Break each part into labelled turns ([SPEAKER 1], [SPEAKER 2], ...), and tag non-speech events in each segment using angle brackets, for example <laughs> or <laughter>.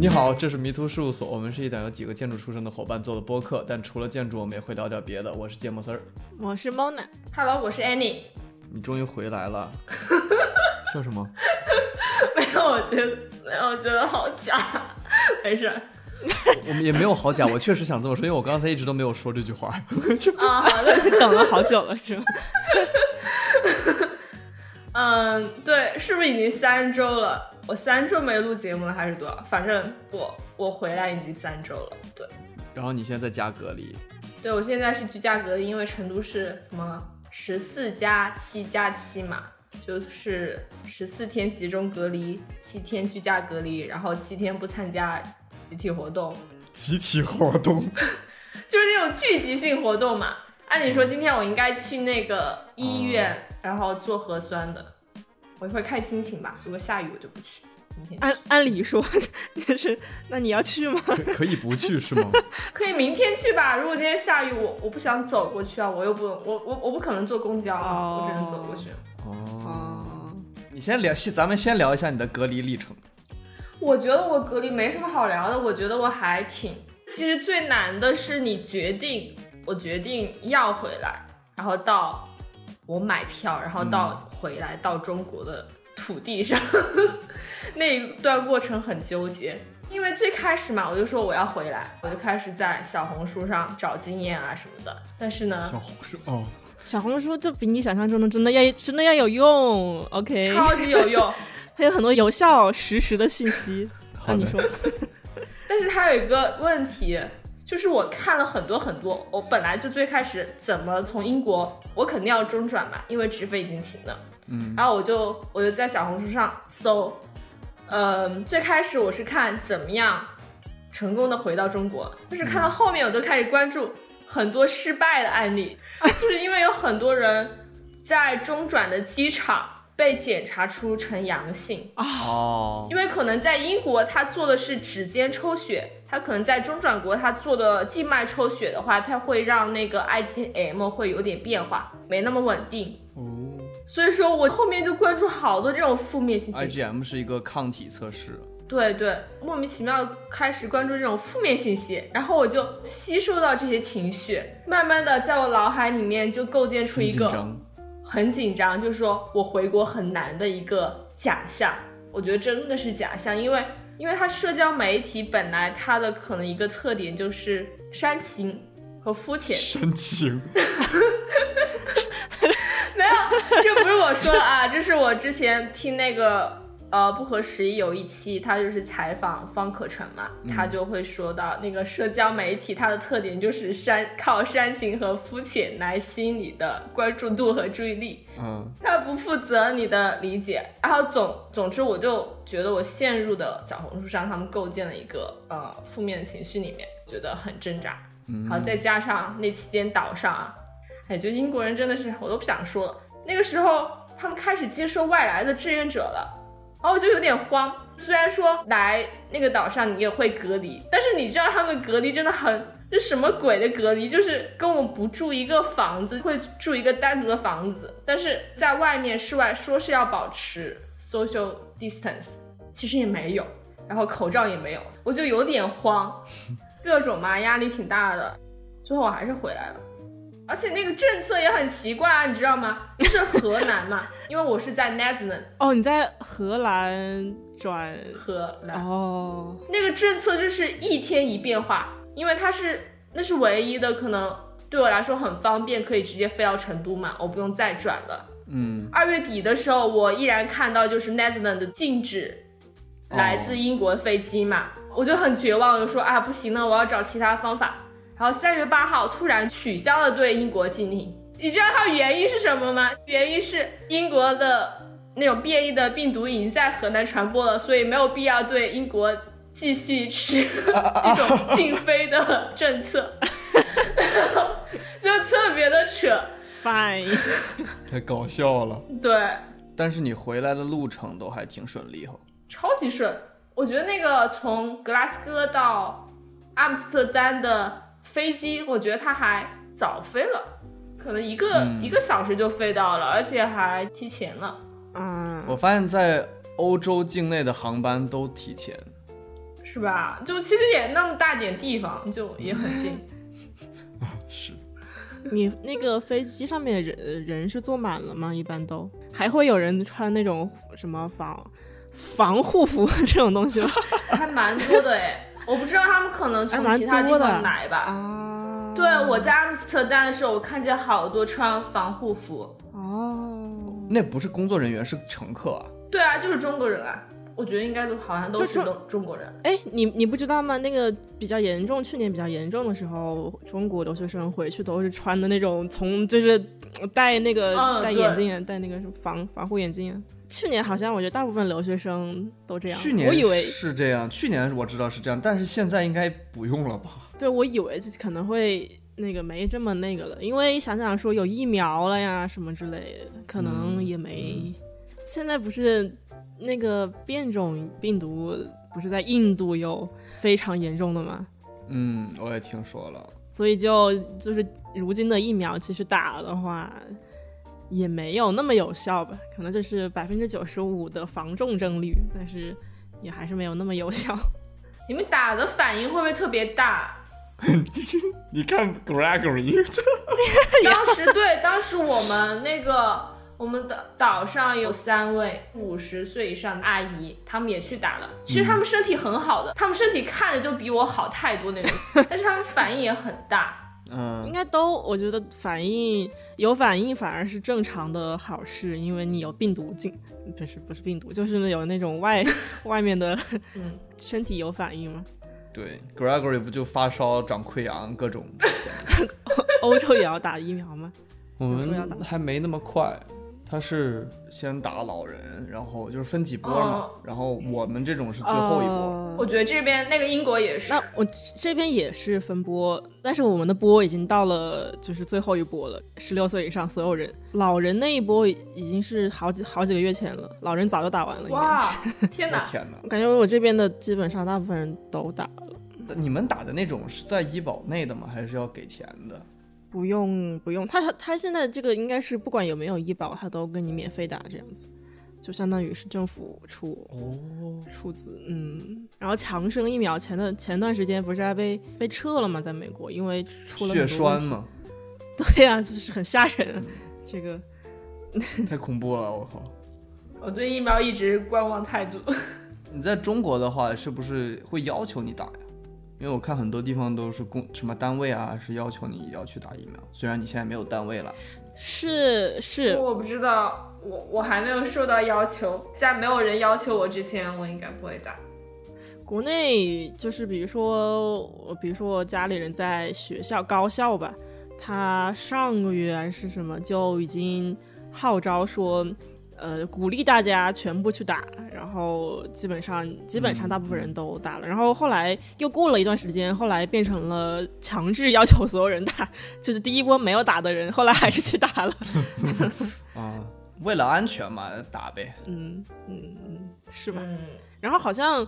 [SPEAKER 1] 你好，这是迷途事务所，我们是一档由几个建筑出身的伙伴做的播客，但除了建筑，我们也会聊点别的。我是芥末丝儿，
[SPEAKER 2] 我是 Mona，
[SPEAKER 3] Hello，我是 Annie。 <laughs>
[SPEAKER 1] 你终于回来 <laughs> 了，笑什么？
[SPEAKER 3] 没有，我觉得没有，我觉得好假。 <laughs> 没事儿
[SPEAKER 1] 我们也没有好假，我确实想这么说，因为我刚才一直都没有说这句话。
[SPEAKER 3] 啊，好的，
[SPEAKER 2] <laughs>
[SPEAKER 3] <laughs>
[SPEAKER 2] 等了好久了是吧？
[SPEAKER 3] 嗯，对，是不是已经三周了？我三周没录节目了，还是多少？反正我我回来已经三周了。对，
[SPEAKER 1] 然后你现在在家隔离，
[SPEAKER 3] 对我现在是居家隔离，因为成都是什么十四加七加七嘛，就是十四天集中隔离，七天居家隔离，然后七天不参加集体活动，
[SPEAKER 1] 集体活动， <laughs>
[SPEAKER 3] 就是那种聚集性活动嘛。按理说今天我应该去那个医院，然后做核酸的。我一会儿看心情吧，如果下雨我就不去。明天
[SPEAKER 2] <laughs> 按按理说 <laughs> 就是，那你要去吗？
[SPEAKER 1] 可可以不去是吗？
[SPEAKER 3] 可以明天去吧。如果今天下雨，我我不想走过去啊，我又不我我我不可能坐公交啊，
[SPEAKER 2] 哦
[SPEAKER 3] 我只能走过去。
[SPEAKER 1] 哦，
[SPEAKER 2] 哦，
[SPEAKER 1] 你先聊，先咱们先聊一下你的隔离历程。
[SPEAKER 3] 我觉得我隔离没什么好聊的，我觉得我还挺。其实最难的是你决定，我决定要回来，然后到我买票，然后到回来到中国的土地上， <laughs> 那一段过程很纠结。因为最开始嘛，我就说我要回来，我就开始在小红书上找经验啊什么的。但是呢，
[SPEAKER 1] 小红书哦，
[SPEAKER 2] 小红书这比你想象中的真的要真的要有用，OK？
[SPEAKER 3] 超级有用，
[SPEAKER 2] 它有很多有效实时的信息。
[SPEAKER 1] 好
[SPEAKER 2] 那啊你
[SPEAKER 1] 的，
[SPEAKER 2] <laughs> 说，
[SPEAKER 3] 但是它有一个问题，就是我看了很多很多，我本来就最开始怎么从英国，我肯定要中转嘛，因为直飞已经停了，
[SPEAKER 1] 嗯，
[SPEAKER 3] 然后我就我就在小红书上搜，嗯，最开始我是看怎么样成功的回到中国，但是看到后面我就开始关注很多失败的案例， <laughs> 就是因为有很多人在中转的机场被检查出呈阳性，
[SPEAKER 1] 哦
[SPEAKER 3] 因，为可能在英国他做的是指尖抽血，他可能在中转国他做的静脉抽血的话，它会让那个 IgM 会有点变化，没那么稳定。
[SPEAKER 1] 哦
[SPEAKER 3] 所以说我后面就关注好多这种负面信息，
[SPEAKER 1] ，IgM 是一个抗体测试，
[SPEAKER 3] 对对，莫名其妙地开始关注这种负面信息，然后我就吸收到这些情绪，慢慢的在我脑海里面就构建出
[SPEAKER 1] 很
[SPEAKER 3] 一
[SPEAKER 1] 紧
[SPEAKER 3] 个
[SPEAKER 1] 张。
[SPEAKER 3] 很紧张，就是说我回国很难的一个假象。我觉得真的是假象，因为因为它社交媒体本来它的可能一个特点就是煽情和
[SPEAKER 1] <laughs>
[SPEAKER 3] 肤浅，
[SPEAKER 1] 深情，
[SPEAKER 3] 没有，这不是我说的啊，这是我之前听那个呃不合时宜有一期，他就是采访方可成嘛，他就会说到那个社交媒体它的特点就是煽靠煽情和肤浅来吸引你的关注度和注意力。
[SPEAKER 1] 嗯，
[SPEAKER 3] 他不负责你的理解，然后总总之，我就觉得我陷入的小红书上，他们构建了一个呃负面的情绪里面，觉得很挣扎。
[SPEAKER 1] 嗯
[SPEAKER 3] 然后再加上那期间岛上啊，哎，觉得英国人真的是我都不想说了。那个时候他们开始接收外来的志愿者了，然后我就有点慌。虽然说来那个岛上你也会隔离，但是你知道他们隔离真的很，这什么鬼的隔离？就是跟我们不住一个房子，会住一个单独的房子，但是在外面室外说是要保持 social distance，其实也没有，然后口罩也没有，我就有点慌，各种嘛压力挺大的。最后我还是回来了。而且那个政策也很奇怪啊，你知道吗？就是河南嘛，因为我是在 Netherlands
[SPEAKER 2] 哦，你在荷兰转
[SPEAKER 3] 河南，
[SPEAKER 2] 哦，
[SPEAKER 3] 那个政策就是一天一变化，因为它是那是唯一的可能对我来说很方便，可以直接飞到成都嘛，我不用再转了。
[SPEAKER 1] 嗯，
[SPEAKER 3] 二月底的时候，我依然看到就是 Netherlands 禁止来
[SPEAKER 1] 哦
[SPEAKER 3] 自英国的飞机嘛，我就很绝望，我就说啊不行了，我要找其他方法。然后三月八号突然取消了对英国禁令，你知道它原因是什么吗？原因是英国的那种变异的病毒已经在河南传播了，所以没有必要对英国继续持 <laughs> 这种禁飞的政策， <laughs> 就特别的扯。
[SPEAKER 2] <laughs> fine，
[SPEAKER 1] 太搞笑了。
[SPEAKER 3] 对，
[SPEAKER 1] 但是你回来的路程都还挺顺利哈。
[SPEAKER 3] 超级顺。我觉得那个从格拉斯哥到阿姆斯特丹的飞机，我觉得它还早飞了，可能一个、
[SPEAKER 1] 嗯
[SPEAKER 3] 一个小时就飞到了，而且还提前了。
[SPEAKER 2] 嗯，
[SPEAKER 1] 我发现，在欧洲境内的航班都提前，
[SPEAKER 3] 是是吧？就其实也那么大点地方，就也很
[SPEAKER 2] <laughs>
[SPEAKER 3] 近。
[SPEAKER 1] 是，
[SPEAKER 2] 你那个飞机上面人人是坐满了吗？一般都还会有人穿那种什么防防护服这种东西吗？
[SPEAKER 3] 还蛮多的哎，我不知道他们可能
[SPEAKER 2] 还
[SPEAKER 3] 从
[SPEAKER 2] 蛮
[SPEAKER 3] 其他地
[SPEAKER 2] 多的
[SPEAKER 3] 方买吧。
[SPEAKER 2] <laughs> 啊，
[SPEAKER 3] 对，我在阿姆斯特丹的时候，我看见好多穿防护服。
[SPEAKER 2] 哦，
[SPEAKER 1] 那不是工作人员，是乘客啊。
[SPEAKER 3] 对啊，就是中国人啊，我觉得应该都好像都
[SPEAKER 2] 就是中
[SPEAKER 3] 中中国人。
[SPEAKER 2] 哎，你你不知道吗？那个比较严重，去年比较严重的时候，中国留学生回去都是穿的那种从就是戴那个、
[SPEAKER 3] 嗯
[SPEAKER 2] 戴
[SPEAKER 3] 对
[SPEAKER 2] 眼镜啊，戴那个什么防防护眼镜啊。去年好像我觉得大部分留学生都这样，
[SPEAKER 1] 去年
[SPEAKER 2] 啊我以为
[SPEAKER 1] 是这样，去年我知道是这样，但是现在应该不用 <laughs> 了吧？
[SPEAKER 2] 对，我以为可能会那个没这么那个了，因为想想说有疫苗了呀什么之类的，可
[SPEAKER 1] 嗯
[SPEAKER 2] 能也没。现在不是那个变种病毒不是在印度有非常严重的吗？
[SPEAKER 1] 嗯，我也听说了。
[SPEAKER 2] 所以就就是如今的疫苗其实打的话。也没有那么有效吧，可能就是百分之九十五的防重症率，但是也还是没有那么有效。 <laughs>
[SPEAKER 3] 你们打的反应会不会特别大？
[SPEAKER 1] 你看 Gregory，
[SPEAKER 2] 哎
[SPEAKER 3] 当时对， <laughs> 当时我们那个我们的岛上有三位五十岁以上的阿姨，她们也去打了。其实她们身体很好
[SPEAKER 2] 嗯
[SPEAKER 3] 的，她们身体看着就比我好太多
[SPEAKER 2] <laughs>
[SPEAKER 3] 那种，但是她们反应也很大。
[SPEAKER 2] 应
[SPEAKER 1] 嗯，
[SPEAKER 2] 该都，我觉得反应有反应反而是正常的好事，因为你有病毒进，不是不是病毒，就是有那种外外面的
[SPEAKER 3] 嗯，
[SPEAKER 2] 身体有反应嘛。
[SPEAKER 1] 对，Gregory 不就发烧、长溃疡各种？
[SPEAKER 2] 欧洲也要打疫苗吗？
[SPEAKER 1] 我
[SPEAKER 2] 有时候要打
[SPEAKER 1] 们还没那么快，他是先打老人，然后就是分几波嘛，
[SPEAKER 3] 哦
[SPEAKER 1] 然后我们这种是最后一波。
[SPEAKER 2] 哦
[SPEAKER 3] 我觉得这边那个英国也是
[SPEAKER 2] 那，我这边也是分波，但是我们的波已经到了就是最后一波了，十六岁以上所有人，老人那一波已经是好几好几个月前了，老人早就打完了。应该是，
[SPEAKER 3] 哇，天
[SPEAKER 1] 我
[SPEAKER 3] 哪！
[SPEAKER 1] 天哪！
[SPEAKER 2] 我感觉我这边的基本上大部分人都打了。
[SPEAKER 1] 你们打的那种是在医保内的吗？还是要给钱的？
[SPEAKER 2] 不用不用，他他现在这个应该是不管有没有医保，他都给你免费打这样子，就相当于是政府出
[SPEAKER 1] 哦，
[SPEAKER 2] 出资，嗯。然后强生疫苗前的前段时间不是还被被撤了吗？在美国，因为出了
[SPEAKER 1] 血
[SPEAKER 2] 很多问
[SPEAKER 1] 栓
[SPEAKER 2] 题？
[SPEAKER 1] 嘛，
[SPEAKER 2] <laughs> 对呀、就是很吓人。啊这个
[SPEAKER 1] 太恐怖了，我靠！
[SPEAKER 3] 我对疫苗一直观望态度。
[SPEAKER 1] 你在中国的话，是不是会要求你打呀？因为我看很多地方都是公什么单位啊，是要求你要去打疫苗，虽然你现在没有单位了。
[SPEAKER 2] 是是，
[SPEAKER 3] 我不知道，我我还没有受到要求，在没有人要求我之前，我应该不会打。
[SPEAKER 2] 国内就是比如说我，比如说我家里人在学校高校吧，他上个月还是什么就已经号召说，呃，鼓励大家全部去打，然后基本上基本上大部分人都打了，然后后来又过了一段时间，后来变成了强制要求所有人打，就是第一波没有打的人，后来还是去打了，
[SPEAKER 1] 啊，为了安全嘛，打呗。
[SPEAKER 2] 嗯嗯嗯，是吧？
[SPEAKER 3] 嗯，
[SPEAKER 2] 然后好像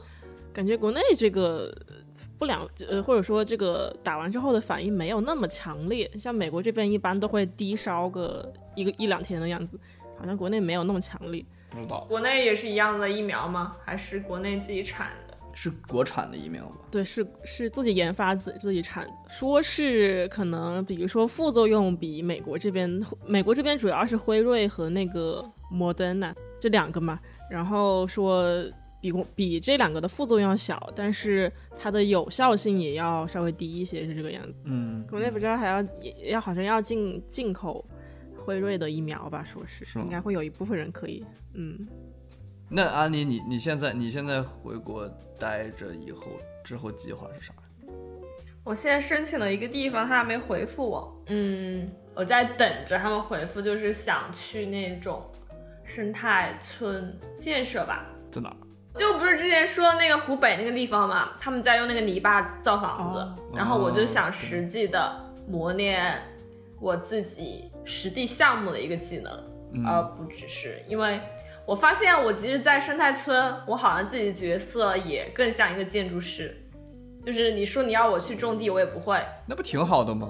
[SPEAKER 2] 感觉国内这个呃不良呃或者说这个打完之后的反应没有那么强烈，像美国这边一般都会低烧个一个一两天的样子，好像国内没有那么强烈。
[SPEAKER 1] 不知道
[SPEAKER 3] 国内也是一样的疫苗吗？还是国内自己产的？
[SPEAKER 1] 是国产的疫苗吧？
[SPEAKER 2] 对，是是自己研发自自己产的，说是可能比如说副作用比美国这边，美国这边主要是辉瑞和那个摩登呐这两个嘛，然后说比国比这两个的副作用要小，但是它的有效性也要稍微低一些，是这个样子。
[SPEAKER 1] 嗯，
[SPEAKER 2] 国内不知道还要也要好像要进进口辉瑞的疫苗吧，说是
[SPEAKER 1] 是吗
[SPEAKER 2] 应该会有一部分人可以，嗯，
[SPEAKER 1] 那安妮，你你现在你现在回国待着以后之后计划是啥？
[SPEAKER 3] 我现在申请了一个地方，他还没回复我。嗯，我在等着他们回复，就是想去那种生态村建设吧。
[SPEAKER 1] 在哪儿？
[SPEAKER 3] 就不是之前说那个湖北那个地方嘛，他们在用那个泥巴造房子，
[SPEAKER 2] 哦
[SPEAKER 3] 然后我就想
[SPEAKER 1] 哦
[SPEAKER 3] 实际的磨练我自己实地项目的一个技能，
[SPEAKER 1] 嗯
[SPEAKER 3] 而呃
[SPEAKER 2] 啊
[SPEAKER 3] 不只是因为我发现我其实，在生态村，我好像自己的角色也更像一个建筑师，就是你说你要我去种地，我也不会，
[SPEAKER 1] 那不挺好的吗？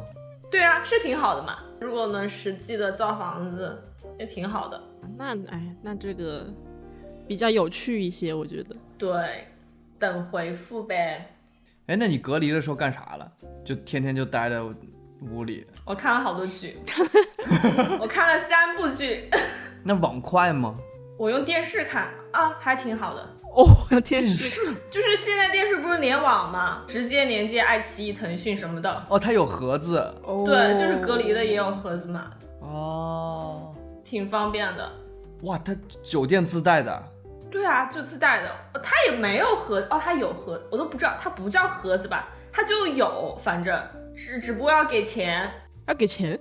[SPEAKER 3] 对啊，是挺好的嘛，如果能实际的造房子，也挺好的，
[SPEAKER 2] 那哎那这个比较有趣一些，我觉得。
[SPEAKER 3] 对。等回复呗。
[SPEAKER 1] 哎，那你隔离的时候干啥了？就天天就待在屋里？
[SPEAKER 3] 我看了好多剧，我看了三部剧，
[SPEAKER 1] 那网快吗？
[SPEAKER 3] 我用电视看啊，还挺好的。
[SPEAKER 2] 哦，我的天使，
[SPEAKER 3] 就是现在电视不是联网吗？直接连接爱奇艺、腾讯什么的。
[SPEAKER 1] 哦，它有盒子
[SPEAKER 2] 哦
[SPEAKER 3] 对，就是隔离的也有盒子嘛，
[SPEAKER 1] 哦。
[SPEAKER 3] 挺方便的。
[SPEAKER 1] 哇，它酒店自带的，
[SPEAKER 3] 对啊，就自带的，哦它也没有盒哦，它有盒，我都不知道，它不叫盒子吧？它就有，反正只只不过要给钱，
[SPEAKER 2] 要给钱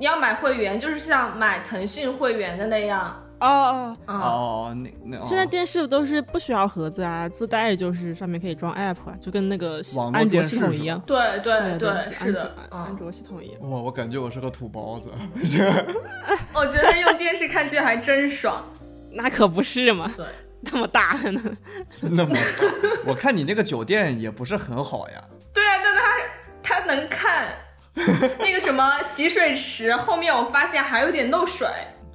[SPEAKER 3] 你要买会员，就是像买腾讯会员的那样
[SPEAKER 2] 哦哦。
[SPEAKER 3] 啊。
[SPEAKER 1] 哦，那那、哦、
[SPEAKER 2] 现在电视都是不需要盒子啊，自带就是上面可以装 app 啊，就跟那个系
[SPEAKER 1] 网络
[SPEAKER 2] 安卓
[SPEAKER 1] 电
[SPEAKER 2] 系
[SPEAKER 1] 视
[SPEAKER 2] 统
[SPEAKER 1] 是
[SPEAKER 2] 一
[SPEAKER 1] 吧
[SPEAKER 2] 样。
[SPEAKER 3] 对对
[SPEAKER 2] 对
[SPEAKER 3] 对，
[SPEAKER 2] 就是
[SPEAKER 3] 的
[SPEAKER 2] 安，卓安
[SPEAKER 3] 嗯，
[SPEAKER 2] 卓系统一样。
[SPEAKER 1] 哇，我感觉我是个土包 <laughs> 子。
[SPEAKER 3] 我哦觉得用电视看剧还真爽。
[SPEAKER 2] 那可不是嘛， <laughs>
[SPEAKER 3] 对，
[SPEAKER 2] 那么大呢。
[SPEAKER 1] 真的吗？ <laughs> 我看你那个酒店也不是很好呀。
[SPEAKER 3] 对啊，但他他能看那个什么洗水池后面，我发现还有点漏水，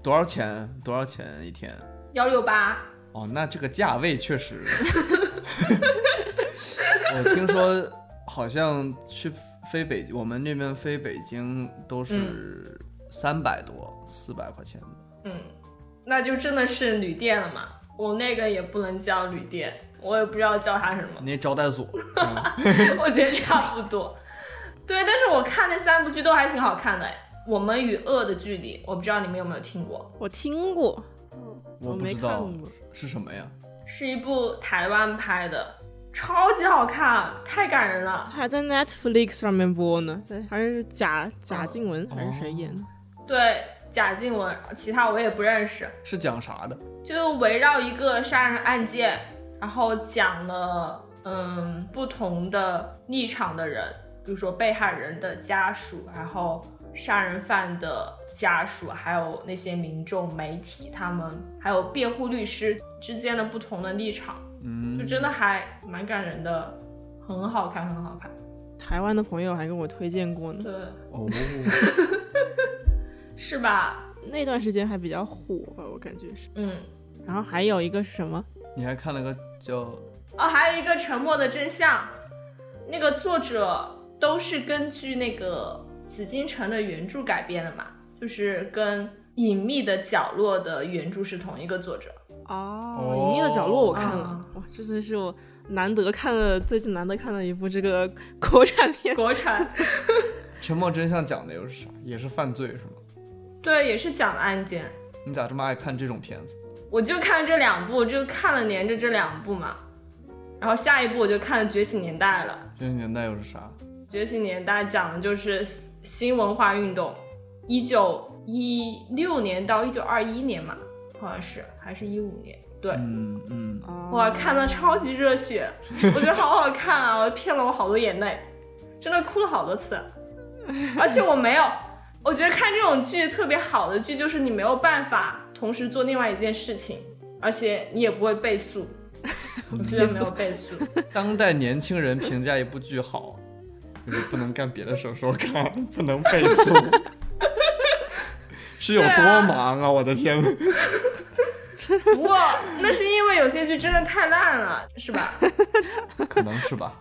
[SPEAKER 1] 多少钱？多少钱一天？
[SPEAKER 3] 幺六八。
[SPEAKER 1] 哦，那这个价位确实。我听说好像去飞北，我们那边飞北京都
[SPEAKER 2] 嗯
[SPEAKER 1] 是三百多、四百块钱的。
[SPEAKER 3] 嗯，那就真的是旅店了嘛。我那个也不能叫旅店，我也不知道叫它什么， <laughs>
[SPEAKER 1] 那招待
[SPEAKER 2] <laughs>
[SPEAKER 1] 所，嗯
[SPEAKER 3] 我觉得差不多。对，但是我看那三部剧都还挺好看的，哎《我们与恶的距离》，我不知道你们有没有听过，
[SPEAKER 2] 我听过，
[SPEAKER 1] 我不
[SPEAKER 2] 没
[SPEAKER 1] 知
[SPEAKER 2] 看
[SPEAKER 1] 道
[SPEAKER 2] 过。
[SPEAKER 1] 是什么呀？
[SPEAKER 3] 是一部台湾拍的，超级好看，太感人了。
[SPEAKER 2] 它还在 Netflix 上面播呢，对，好像是贾贾静雯还是
[SPEAKER 1] 哦
[SPEAKER 2] 谁演的？
[SPEAKER 3] 对，贾静雯，其他我也不认识，
[SPEAKER 1] 是讲啥的？
[SPEAKER 3] 就围绕一个杀人案件，然后讲了嗯不同的立场的人，比如说被害人的家属，然后杀人犯的家属，还有那些民众、媒体他们，还有辩护律师之间的不同的立场，就
[SPEAKER 1] 嗯，
[SPEAKER 3] 真的还蛮感人的，很好看，很好看。
[SPEAKER 2] 台湾的朋友还跟我推荐过呢，
[SPEAKER 3] 对，
[SPEAKER 1] 哦，
[SPEAKER 3] 是吧？
[SPEAKER 2] 那段时间还比较火吧，我感觉是。
[SPEAKER 3] 嗯。
[SPEAKER 2] 然后还有一个是什么？
[SPEAKER 1] 你还看了个叫……
[SPEAKER 3] 哦，还有一个《沉默的真相》，那个作者都是根据那个紫禁城的原著改编的嘛，就是跟《隐秘的角落》的原著是同一个作者。
[SPEAKER 2] 哦，隐秘的角落我看了
[SPEAKER 3] 哦，
[SPEAKER 2] 哇，这真是我难得看了，最近难得看了一部这个国产片。
[SPEAKER 3] 国产
[SPEAKER 1] 沉默真相讲的又是啥？也是犯罪是吗？
[SPEAKER 3] 对，也是讲的案件。
[SPEAKER 1] 你咋这么爱看这种片子？
[SPEAKER 3] 我就看了这两部，就看了连着这两部嘛，然后下一部我就看了《觉醒年代》了。
[SPEAKER 1] 这些年代又是啥？
[SPEAKER 3] 《觉醒年代》讲的就是新新文化运动，一九一六年到一九二一年嘛，好像是还是一五年，对。
[SPEAKER 1] 嗯嗯，
[SPEAKER 2] 哦
[SPEAKER 3] 哇，看了超级热血，我觉得好好看啊！我骗了我好多眼泪，真的哭了好多次，而且我没有，我觉得看这种剧特别好的剧就是你没有办法同时做另外一件事情，而且你也不会倍速，我觉得没有倍速。
[SPEAKER 1] 当代年轻人评价一部剧 <laughs> 好，就是不能干别的事儿，说看 <laughs> 不能背 <laughs> 诵，是有多忙啊！我的天，
[SPEAKER 3] 不过那是因为有些剧真的太烂了，是吧？
[SPEAKER 1] 可能是吧。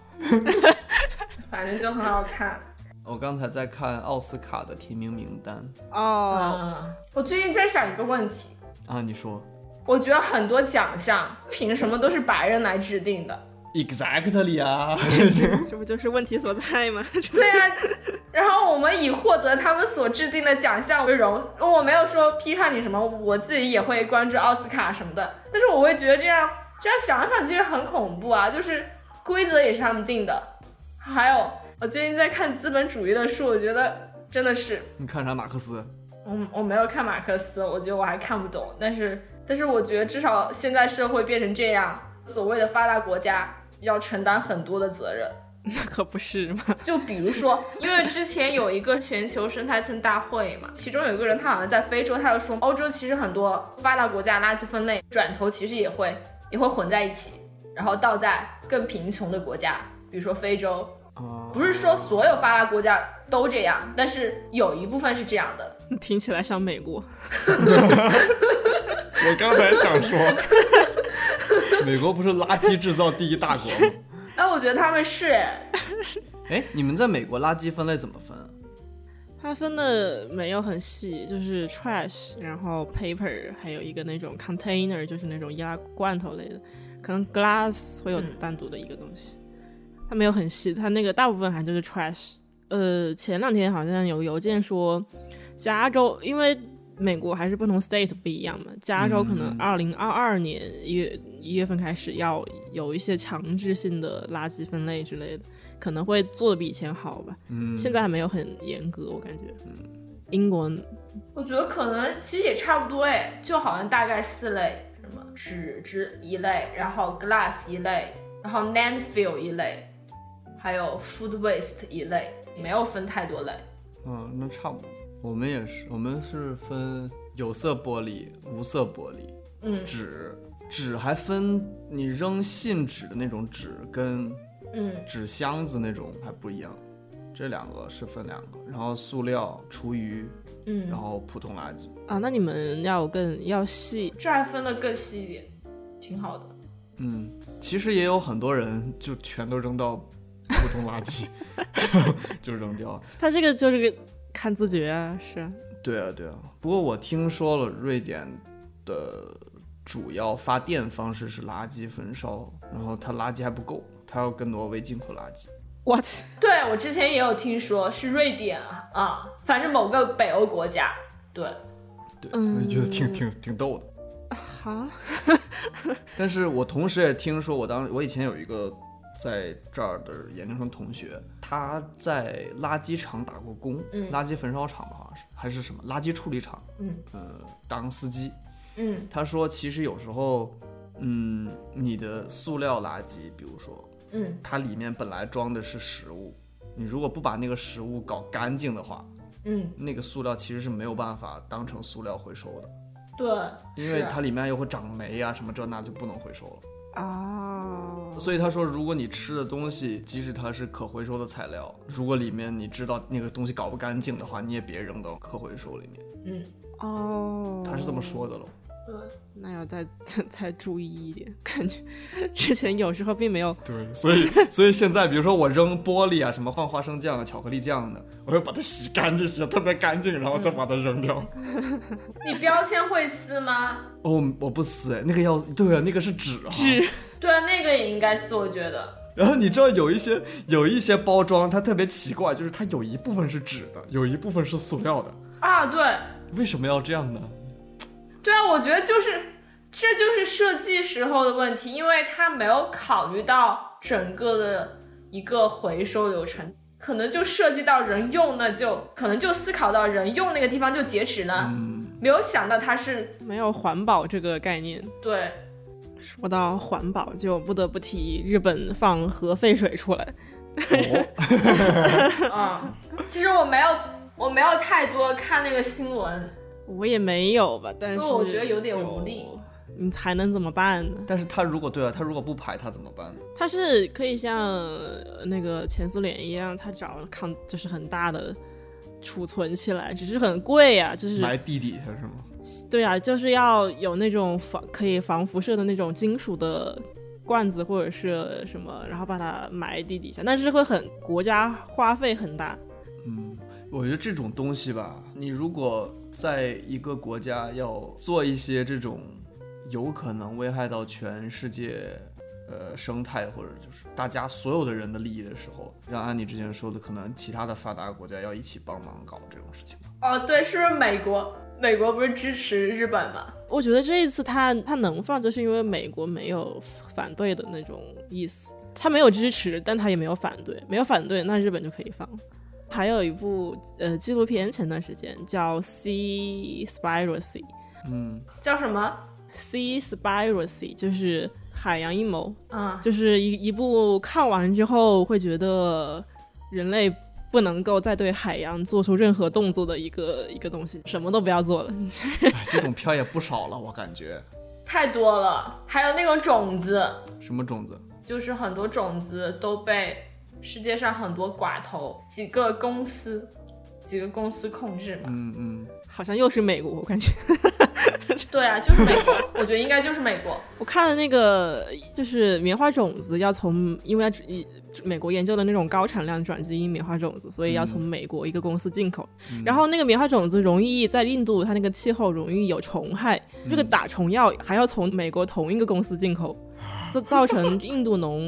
[SPEAKER 3] 反正就很好看。
[SPEAKER 1] <laughs> 我刚才在看奥斯卡的提名名单
[SPEAKER 2] 哦，
[SPEAKER 3] 嗯，我最近在想一个问题，
[SPEAKER 1] 啊，你说
[SPEAKER 3] 我觉得很多奖项凭什么都是白人来制定的？
[SPEAKER 1] exactly 啊？
[SPEAKER 2] 这不就是问题所在吗？ <laughs>
[SPEAKER 3] 对啊，然后我们以获得他们所制定的奖项为荣。我没有说批判你什么，我自己也会关注奥斯卡什么的，但是我会觉得这样这样想想，其实很恐怖啊。就是规则也是他们定的，还有我最近在看《资本主义》的书，我觉得真的是，
[SPEAKER 1] <laughs> 你看啥？马克思？
[SPEAKER 3] 嗯，我没有看马克思，我觉得我还看不懂，但是但是我觉得至少现在社会变成这样，所谓的发达国家要承担很多的责任。
[SPEAKER 2] 那可不是嘛。
[SPEAKER 3] 就比如说，因为之前有一个全球生态村大会嘛，其中有一个人他好像在非洲，他就说欧洲其实很多发达国家垃圾分类转头其实也会也会混在一起，然后倒在更贫穷的国家，比如说非洲。
[SPEAKER 1] 啊，
[SPEAKER 3] 不是说所有发达国家都这样，但是有一部分是这样的。
[SPEAKER 2] 听起来像美国。
[SPEAKER 1] <laughs> 我刚才想说，美国不是垃圾制造第一大国吗？
[SPEAKER 3] 哎，我觉得他们是哎，
[SPEAKER 1] 哎，你们在美国垃圾分类怎么分啊？
[SPEAKER 2] 它分的没有很细，就是 trash，然后 paper，还有一个那种 container，就是那种易拉罐头类的，可能 glass 会有
[SPEAKER 3] 嗯
[SPEAKER 2] 单独的一个东西。它没有很细，它那个大部分还就是 trash。呃，前两天好像有邮件说，加州因为美国还是不同 state 不一样嘛，加州可能
[SPEAKER 1] 嗯
[SPEAKER 2] 二零二二年一月一月份开始要有一些强制性的垃圾分类之类的，可能会做的比以前好吧。
[SPEAKER 1] 嗯，
[SPEAKER 2] 现在还没有很严格，我感觉。英国
[SPEAKER 3] 我觉得可能其实也差不多哎，就好像大概四类，什么纸质一类，然后 glass 一类，然后 landfill 一类，还有 food waste 一类，没有分太多类。
[SPEAKER 1] 嗯，那差不多。我们也是，我们是分有色玻璃、无色玻璃、
[SPEAKER 3] 嗯
[SPEAKER 1] 纸，纸还分你扔信纸的那种纸跟
[SPEAKER 3] 嗯
[SPEAKER 1] 纸箱子那种还不一样，这两个是分两个。然后塑料、厨余，然
[SPEAKER 3] 嗯，
[SPEAKER 1] 后普通垃圾。
[SPEAKER 2] 啊，那你们要更要细，
[SPEAKER 3] 这还分的更细一点，挺好的。
[SPEAKER 1] 嗯，其实也有很多人就全都扔到普通垃圾， <laughs> 就扔掉了。
[SPEAKER 2] 它这个就是个看自觉啊，是啊
[SPEAKER 1] 对啊，对啊。不过我听说了，瑞典的主要发电方式是垃圾焚烧，然后它垃圾还不够，它要跟挪威进口垃圾。
[SPEAKER 2] ，what？
[SPEAKER 3] 对我之前也有听说是瑞典啊，啊，反正某个北欧国家。对，
[SPEAKER 1] 对，
[SPEAKER 2] 嗯
[SPEAKER 1] 我就觉得挺挺挺逗的。
[SPEAKER 3] 啊
[SPEAKER 2] 哈，
[SPEAKER 1] 但是我同时也听说，我当我以前有一个在这儿的研究生同学，他在垃圾场打过工，
[SPEAKER 3] 嗯
[SPEAKER 1] 垃圾焚烧厂吧，好像是还是什么垃圾处理厂，
[SPEAKER 3] 嗯
[SPEAKER 1] 呃，当司机。
[SPEAKER 3] 嗯
[SPEAKER 1] 他说，其实有时候，嗯，你的塑料垃圾，比如说
[SPEAKER 3] 嗯
[SPEAKER 1] 它里面本来装的是食物，你如果不把那个食物搞干净的话，
[SPEAKER 3] 嗯，
[SPEAKER 1] 那个塑料其实是没有办法当成塑料回收的，
[SPEAKER 3] 对，
[SPEAKER 1] 因为
[SPEAKER 3] 是啊
[SPEAKER 1] 它里面又会长霉啊什么这那就不能回收了。
[SPEAKER 2] 啊，
[SPEAKER 1] 所以他说，如果你吃的东西，即使它是可回收的材料，如果里面你知道那个东西搞不干净的话，你也别扔到可回收里面。
[SPEAKER 3] 嗯
[SPEAKER 2] 哦，
[SPEAKER 1] 他是这么，说的喽。
[SPEAKER 3] 对，
[SPEAKER 2] 那要再再注意一点，感觉之前有时候并没有，
[SPEAKER 1] 对，所 <laughs> 以所以现在，比如说我扔玻璃啊，什么放花生酱啊、巧克力酱的，我会把它洗干净，洗得特别干净，然后再把它扔掉。
[SPEAKER 3] 你标签会撕吗？
[SPEAKER 1] 哦，我不撕哎，那个要对啊，那个是纸啊。 <laughs>
[SPEAKER 2] 是
[SPEAKER 3] 对啊，那个也应该撕，我觉得。
[SPEAKER 1] 然后你知道有一些有一些包装它特别奇怪，就是它有一部分是纸的，有一部分是塑料的，
[SPEAKER 3] 啊，对
[SPEAKER 1] 为什么要这样呢？
[SPEAKER 3] 对啊，我觉得就是这就是设计时候的问题，因为它没有考虑到整个的一个回收流程。可能就涉及到人用，那就可能就思考到人用那个地方就截止了，
[SPEAKER 1] 嗯，
[SPEAKER 3] 没有想到它是
[SPEAKER 2] 没有环保这个概念。
[SPEAKER 3] 对
[SPEAKER 2] 说到环保，就不得不提日本放核废水出来，
[SPEAKER 1] 哦，
[SPEAKER 3] 嗯，其实我没有，我没有太多看那个新闻，
[SPEAKER 2] 我也没有吧，但
[SPEAKER 3] 因
[SPEAKER 2] 是
[SPEAKER 3] 为我觉得有点无力。
[SPEAKER 2] 就。你还能怎么办呢？
[SPEAKER 1] 但是它如果对啊，它如果不排它怎么办？
[SPEAKER 2] 它是可以像呃那个前苏联一样，它找抗就是很大的储存起来，只是很贵呀、就是
[SPEAKER 1] 埋地底下是吗？
[SPEAKER 2] 对啊，就是要有那种防可以防辐射的那种金属的罐子或者是什么，然后把它埋地底下，但是会很国家花费很大。
[SPEAKER 1] 嗯，我觉得这种东西吧，你如果在一个国家要做一些这种有可能危害到全世界呃生态或者就是大家所有的人的利益的时候，像安妮之前说的，可能其他的发达国家要一起帮忙搞这种事情吧。
[SPEAKER 3] 哦，对，是不是美国？美国不是支持日本吗？
[SPEAKER 2] 我觉得这一次它它能放，就是因为美国没有反对的那种意思，它没有支持，但它也没有反对，没有反对，那日本就可以放。还有一部呃纪录片，前段时间叫《Sea Spiracy》
[SPEAKER 1] 嗯，
[SPEAKER 3] 叫什么？
[SPEAKER 2] ，Sea Spiracy 就是海洋阴谋，
[SPEAKER 3] 嗯
[SPEAKER 2] 就是一一部看完之后会觉得人类不能够再对海洋做出任何动作的一个一个东西，什么都不要做了。 <laughs>
[SPEAKER 1] 哎，这种片儿也不少了，我感觉。
[SPEAKER 3] 太多了，还有那种种子，
[SPEAKER 1] 什么种子？
[SPEAKER 3] 就是很多种子都被世
[SPEAKER 1] <laughs>
[SPEAKER 3] 界上很多寡头几个公司、几个公司控制嘛。
[SPEAKER 1] 嗯嗯，
[SPEAKER 2] 好像又是美国，我感觉。
[SPEAKER 3] 对啊，就是美国，我觉得应该就是美国。
[SPEAKER 2] 我看了那个，就是棉花种子要从，因为要以美国研究的那种高产量转基因棉花种子，所以要从美国一个公司进口。然后那个棉花种子容易在印度，它那个气候容易有虫害，这个打虫药还要从美国同一个公司进口，这造成印度农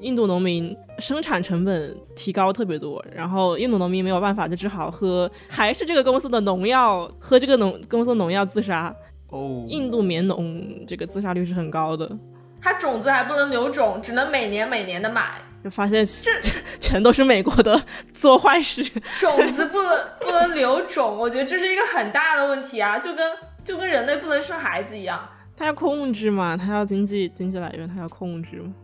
[SPEAKER 2] 印度农民生产成本提高特别多，然后印度农民没有办法，就只好喝还是这个公司的农药，喝这个农公司的农药自杀。
[SPEAKER 1] 哦，
[SPEAKER 2] 印度棉农这个自杀率是很高的，
[SPEAKER 3] 它种子还不能留种，只能每年每年的买。
[SPEAKER 2] 就发现全都是 <laughs> 美国的做坏事。
[SPEAKER 3] 种子不能不能留种，我觉得这是一个很大的问题啊，就跟就跟人类不能生孩子一样。
[SPEAKER 2] 他要控制嘛，他要经济经济来源，他要控制嘛。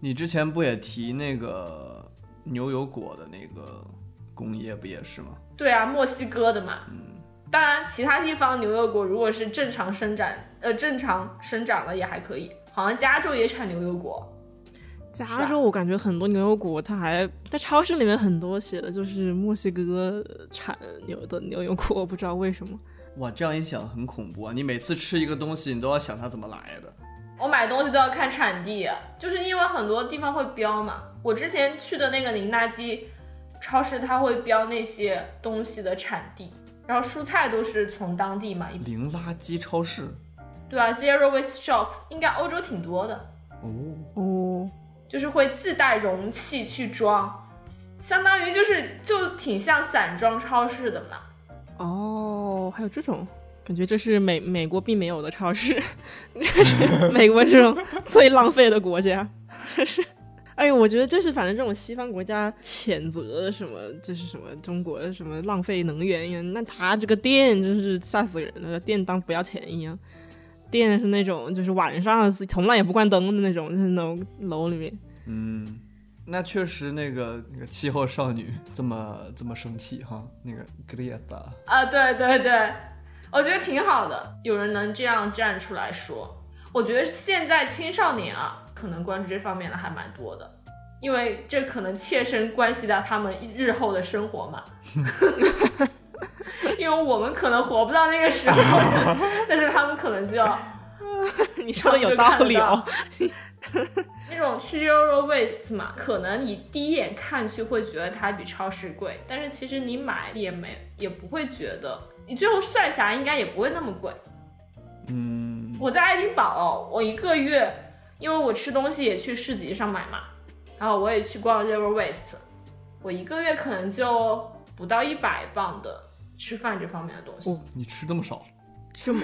[SPEAKER 1] 你之前不也提那个牛油果的那个工业不也是吗？
[SPEAKER 3] 对啊，墨西哥的嘛。当然，其他地方牛油果如果是正常生长，呃，正常生长了也还可以。好像加州也产牛油果，
[SPEAKER 2] 加州我感觉很多牛油果，它还在超市里面很多写的就是墨西哥产牛的牛油果，我不知道为什么。
[SPEAKER 1] 哇，这样一想很恐怖啊！你每次吃一个东西，你都要想它怎么来的。
[SPEAKER 3] 我买东西都要看产地，啊就是因为很多地方会标嘛。我之前去的那个林纳基超市，它会标那些东西的产地，然后蔬菜都是从当地嘛。一
[SPEAKER 1] 零垃圾超市，
[SPEAKER 3] 对啊，Zero Waste Shop 应该欧洲挺多的，
[SPEAKER 1] 哦，
[SPEAKER 2] 哦，
[SPEAKER 3] 就是会自带容器去装，相当于就是就挺像散装超市的嘛。
[SPEAKER 2] 哦，还有这种，感觉这是美美国并没有的超市，这是美国这种最浪费的国家，这是。哎，我觉得就是反正这种西方国家谴责什么，就是什么中国什么浪费能源呀，那他这个电真是吓死人了，电当不要钱一样。电是那种就是晚上是从来也不关灯的那种，就是那种楼里面。 <laughs>
[SPEAKER 1] 嗯，那确实那个那个气候少女这么这么生气哈，那个 Greta，
[SPEAKER 3] 啊，对对对，我觉得挺好的，有人能这样站出来说。我觉得现在青少年啊，可能关注这方面的还蛮多的，因为这可能切身关系到他们日后的生活嘛。因为我们可能活不到那个时候，但是他们可能就要
[SPEAKER 2] 你说的有道理哦。
[SPEAKER 3] 那种去 Euro Waste 嘛，可能你第一眼看去会觉得它比超市贵，但是其实你买也没也不会觉得，你最后算下来应该也不会那么贵。
[SPEAKER 1] 嗯，
[SPEAKER 3] 我在爱丁堡，我一个月，因为我吃东西也去市集上买嘛，然后我也去逛 Zero Waste，我一个月可能就不到一百磅的吃饭这方面的东西。
[SPEAKER 2] 哦
[SPEAKER 1] 你吃这么少，
[SPEAKER 2] 这么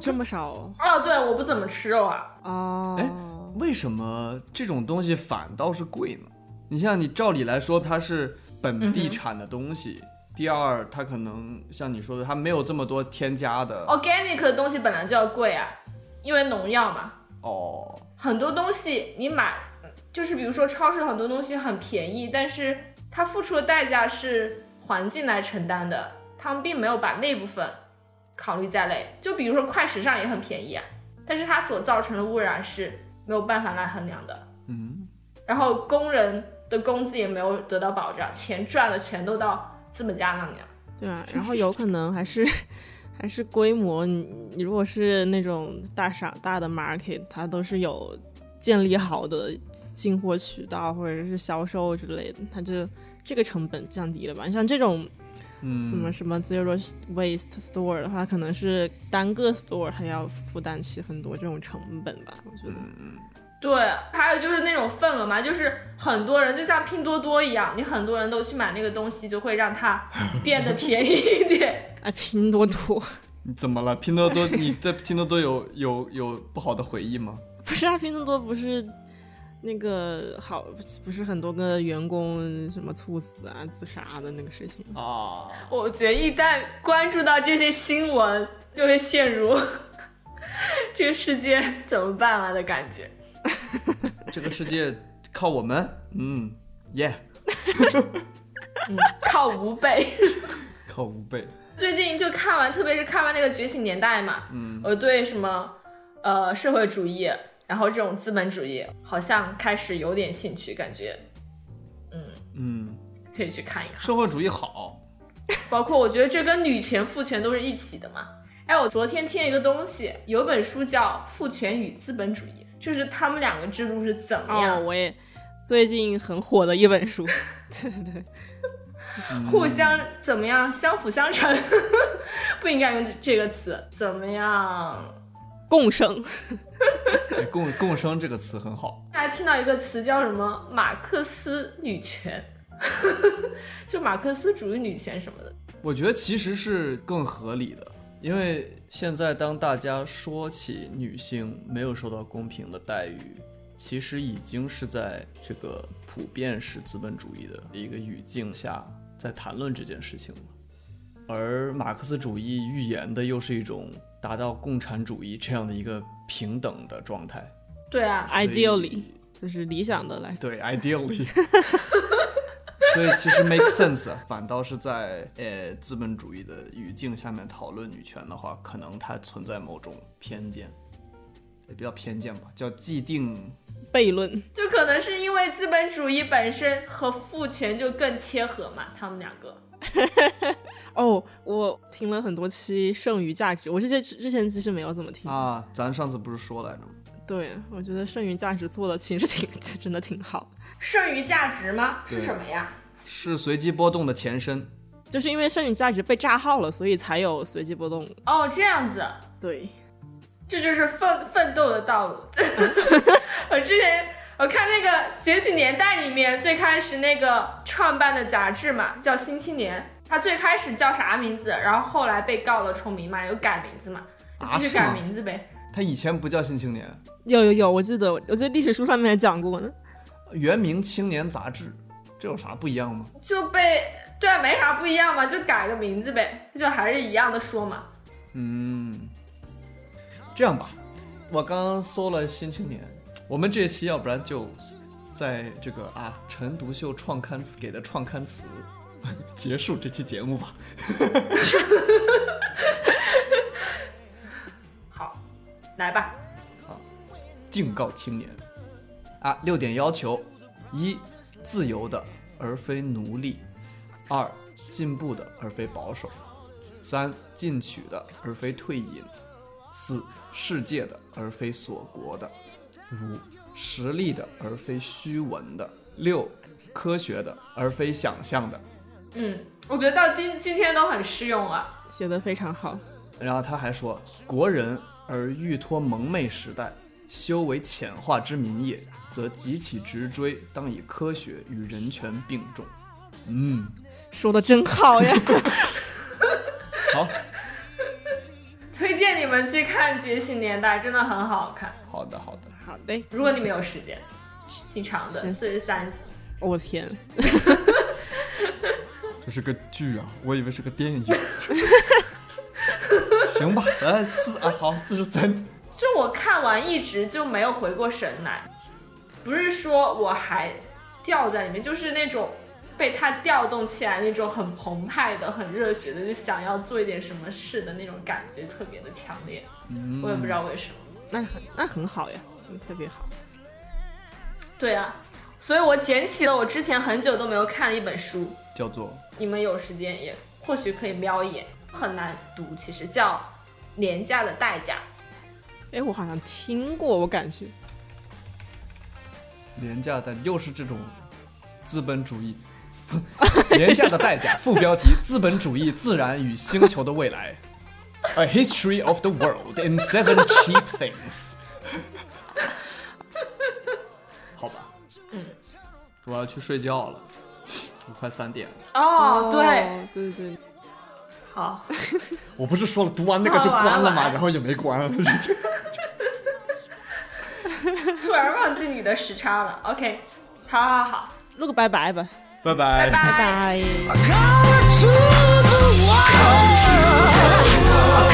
[SPEAKER 2] 这么少
[SPEAKER 3] 哦，对，我不怎么吃肉啊，
[SPEAKER 2] 啊？
[SPEAKER 1] 哎为什么这种东西反倒是贵呢？你像你照理来说，它是
[SPEAKER 2] 嗯
[SPEAKER 1] 本地产的东西。第二，它可能像你说的，它没有这么多添加的
[SPEAKER 2] 哦
[SPEAKER 3] organic 的东西本来就要贵啊，因为农药嘛。
[SPEAKER 1] 哦，
[SPEAKER 3] 很多东西你买，就是比如说超市很多东西很便宜，但是它付出的代价是环境来承担的，他们并没有把那部分考虑在内。就比如说快时尚也很便宜啊，但是它所造成的污染是没有办法来衡量的。
[SPEAKER 1] 嗯，
[SPEAKER 3] 然后工人的工资也没有得到保障，钱赚的全都到资本家那里了。
[SPEAKER 2] 对啊，然后有可能还是还是规模，你你如果是那种大傻大的 market，它都是有建立好的进货渠道或者是销售之类的，它就这个成本降低了吧？你像这种
[SPEAKER 1] 嗯
[SPEAKER 2] 什么什么 zero waste store 的话，可能是单个 store 它要负担起很多这种成本吧？我觉得，
[SPEAKER 3] 对，还有就是那种份额嘛，就是很多人就像拼多多一样，你很多人都去买那个东西，就会让它变得便宜一点。
[SPEAKER 2] 哎，拼多多
[SPEAKER 1] 你怎么了？拼多多，你对拼多多有有有不好的回忆吗？
[SPEAKER 2] 不是啊，拼多多不是。那个好，不是很多个员工什么猝死啊、自杀的那个事情，
[SPEAKER 1] 啊，
[SPEAKER 3] 我觉得一旦关注到这些新闻，就会陷入 <laughs> 这个世界怎么办啊的感觉。
[SPEAKER 1] 这个世界靠我们，嗯，耶、
[SPEAKER 3] 嗯，靠五倍。
[SPEAKER 1] 靠五倍，
[SPEAKER 3] 最近就看完，特别是看完那个《觉醒年代》嘛，
[SPEAKER 1] 嗯，
[SPEAKER 3] 我对什么呃社会主义，然后这种资本主义，好像开始有点兴趣，感觉
[SPEAKER 1] 嗯，
[SPEAKER 3] 可以去看一看。
[SPEAKER 1] 社会主义好，
[SPEAKER 3] 包括我觉得这跟女权父权都是一起的嘛。哎，我昨天听一个东西，有本书叫《父权与资本主义》，就是他们两个制度是怎么
[SPEAKER 2] 哦，
[SPEAKER 3] 样
[SPEAKER 2] 我也最近很火的一本书，对对对，
[SPEAKER 1] 嗯
[SPEAKER 3] 互相怎么样相辅相成， <laughs> 不应该用这个词，怎么样
[SPEAKER 2] 共生，
[SPEAKER 1] 对共共生这个词很好，
[SPEAKER 3] 还听到一个词叫什么马克思女权， <laughs> 就马克思主义女权什么的。
[SPEAKER 1] 我觉得其实是更合理的，因为现在当大家说起女性没有受到公平的待遇，其实已经是在这个普遍式资本主义的一个语境下在谈论这件事情了。而马克思主义预言的又是一种达到共产主义这样的一个平等的状态
[SPEAKER 3] 对啊，
[SPEAKER 1] 所以
[SPEAKER 2] Ideally 就是理想的来
[SPEAKER 1] 对，ideally。所以其实 make sense，啊反倒是在呃资本主义的语境下面讨论女权的话，可能它存在某种偏见，也不叫偏见吧，叫既定。
[SPEAKER 2] 悖论。
[SPEAKER 3] 就可能是因为资本主义本身和父权就更切合嘛，他们两个。
[SPEAKER 2] 哦，我听了很多期剩余价值，我之前之前其实没有怎么听。
[SPEAKER 1] 啊，咱上次不是说来着吗？
[SPEAKER 2] 对，我觉得剩余价值做的其实挺 <laughs> 真的挺好，
[SPEAKER 3] 剩余价值吗？
[SPEAKER 1] 对
[SPEAKER 3] 是什么呀？
[SPEAKER 1] 是随机波动的前身。
[SPEAKER 2] 就是因为剩余价值被炸号了，所以才有随机波动。
[SPEAKER 3] 哦，这样子，
[SPEAKER 2] 对，
[SPEAKER 3] 这就是奋奋斗的道路。 <laughs> 我之前我看那个《觉醒年代》里面最开始那个创办的杂志嘛，叫《新青年》，它最开始叫啥名字？然后后来被告了重名嘛，又改名字嘛，
[SPEAKER 1] 啊
[SPEAKER 3] 继续
[SPEAKER 1] 是
[SPEAKER 3] 改
[SPEAKER 1] 吗
[SPEAKER 3] 名字呗。
[SPEAKER 1] 它以前不叫新青年，
[SPEAKER 2] 有有有，我记得我记得历史书上面还讲过呢。
[SPEAKER 1] 原名青年杂志，这有啥不一样吗？
[SPEAKER 3] 就被对啊，没啥不一样嘛，就改个名字呗，就还是一样的说嘛。
[SPEAKER 1] 嗯，这样吧，我刚刚搜了《新青年》，我们这一期要不然就在这个啊陈独秀创刊词给的创刊词结束这期节目吧。
[SPEAKER 3] 好，来吧。
[SPEAKER 1] 敬告青年啊，六点要求：一、自由的而非奴隶；二、进步的而非保守；三、进取的而非退隐；四、世界的而非锁国的；五、实力的而非虚文的；六、科学的而非想象的。
[SPEAKER 3] 嗯，我觉得到今今天都很适用啊。
[SPEAKER 2] 写的非常好，
[SPEAKER 1] 然后他还说：“国人而欲托蒙昧时代，修为浅化之民也，则及其直追，当以科学与人权并重。”嗯，
[SPEAKER 2] 说的真好呀！
[SPEAKER 1] 好，
[SPEAKER 3] 推荐你们去看《觉醒年代》，真的很好看。
[SPEAKER 1] <laughs> 好的，好的。
[SPEAKER 2] <laughs> 好嘞，
[SPEAKER 3] 如果你们有时间，挺长的，
[SPEAKER 2] 是
[SPEAKER 3] 四十三集。
[SPEAKER 2] 我天，
[SPEAKER 1] 这是个剧啊，我以为是个电 <laughs> 影。行吧，来四啊，好，四十三。
[SPEAKER 3] 就我看完一直就没有回过神来，不是说我还掉在里面，就是那种被它调动起来那种很澎湃的、很热血的，就想要做一点什么事的那种感觉特别的强烈。
[SPEAKER 1] 嗯
[SPEAKER 3] 我也不知道为什么。
[SPEAKER 2] 那很那很好呀，嗯特别好。
[SPEAKER 3] 对啊，所以我捡起了我之前很久都没有看的一本书，
[SPEAKER 1] 叫做
[SPEAKER 3] 你们有时间也或许可以瞄一眼，很难读，其实叫《廉价的代价》。
[SPEAKER 2] 哎，我好像听过，我感觉
[SPEAKER 1] 廉价的，又是这种资本主义。 <laughs> 廉价的代价，副标题：资本主义、自然与星球的未 <laughs> 来。A history of the world in seven cheap things。好吧，我要去睡觉了，我快三点了。
[SPEAKER 3] 哦，对，
[SPEAKER 2] 对对对，
[SPEAKER 3] 好，
[SPEAKER 1] 我不是说了读完那
[SPEAKER 3] 个就关了吗
[SPEAKER 1] 然后也没关。
[SPEAKER 3] 突然忘记你的时差了。OK，好好好，
[SPEAKER 2] 录个拜拜吧，
[SPEAKER 1] <laughs> 拜拜。
[SPEAKER 3] 拜
[SPEAKER 2] 拜
[SPEAKER 3] 拜。
[SPEAKER 2] 拜。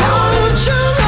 [SPEAKER 4] Come to the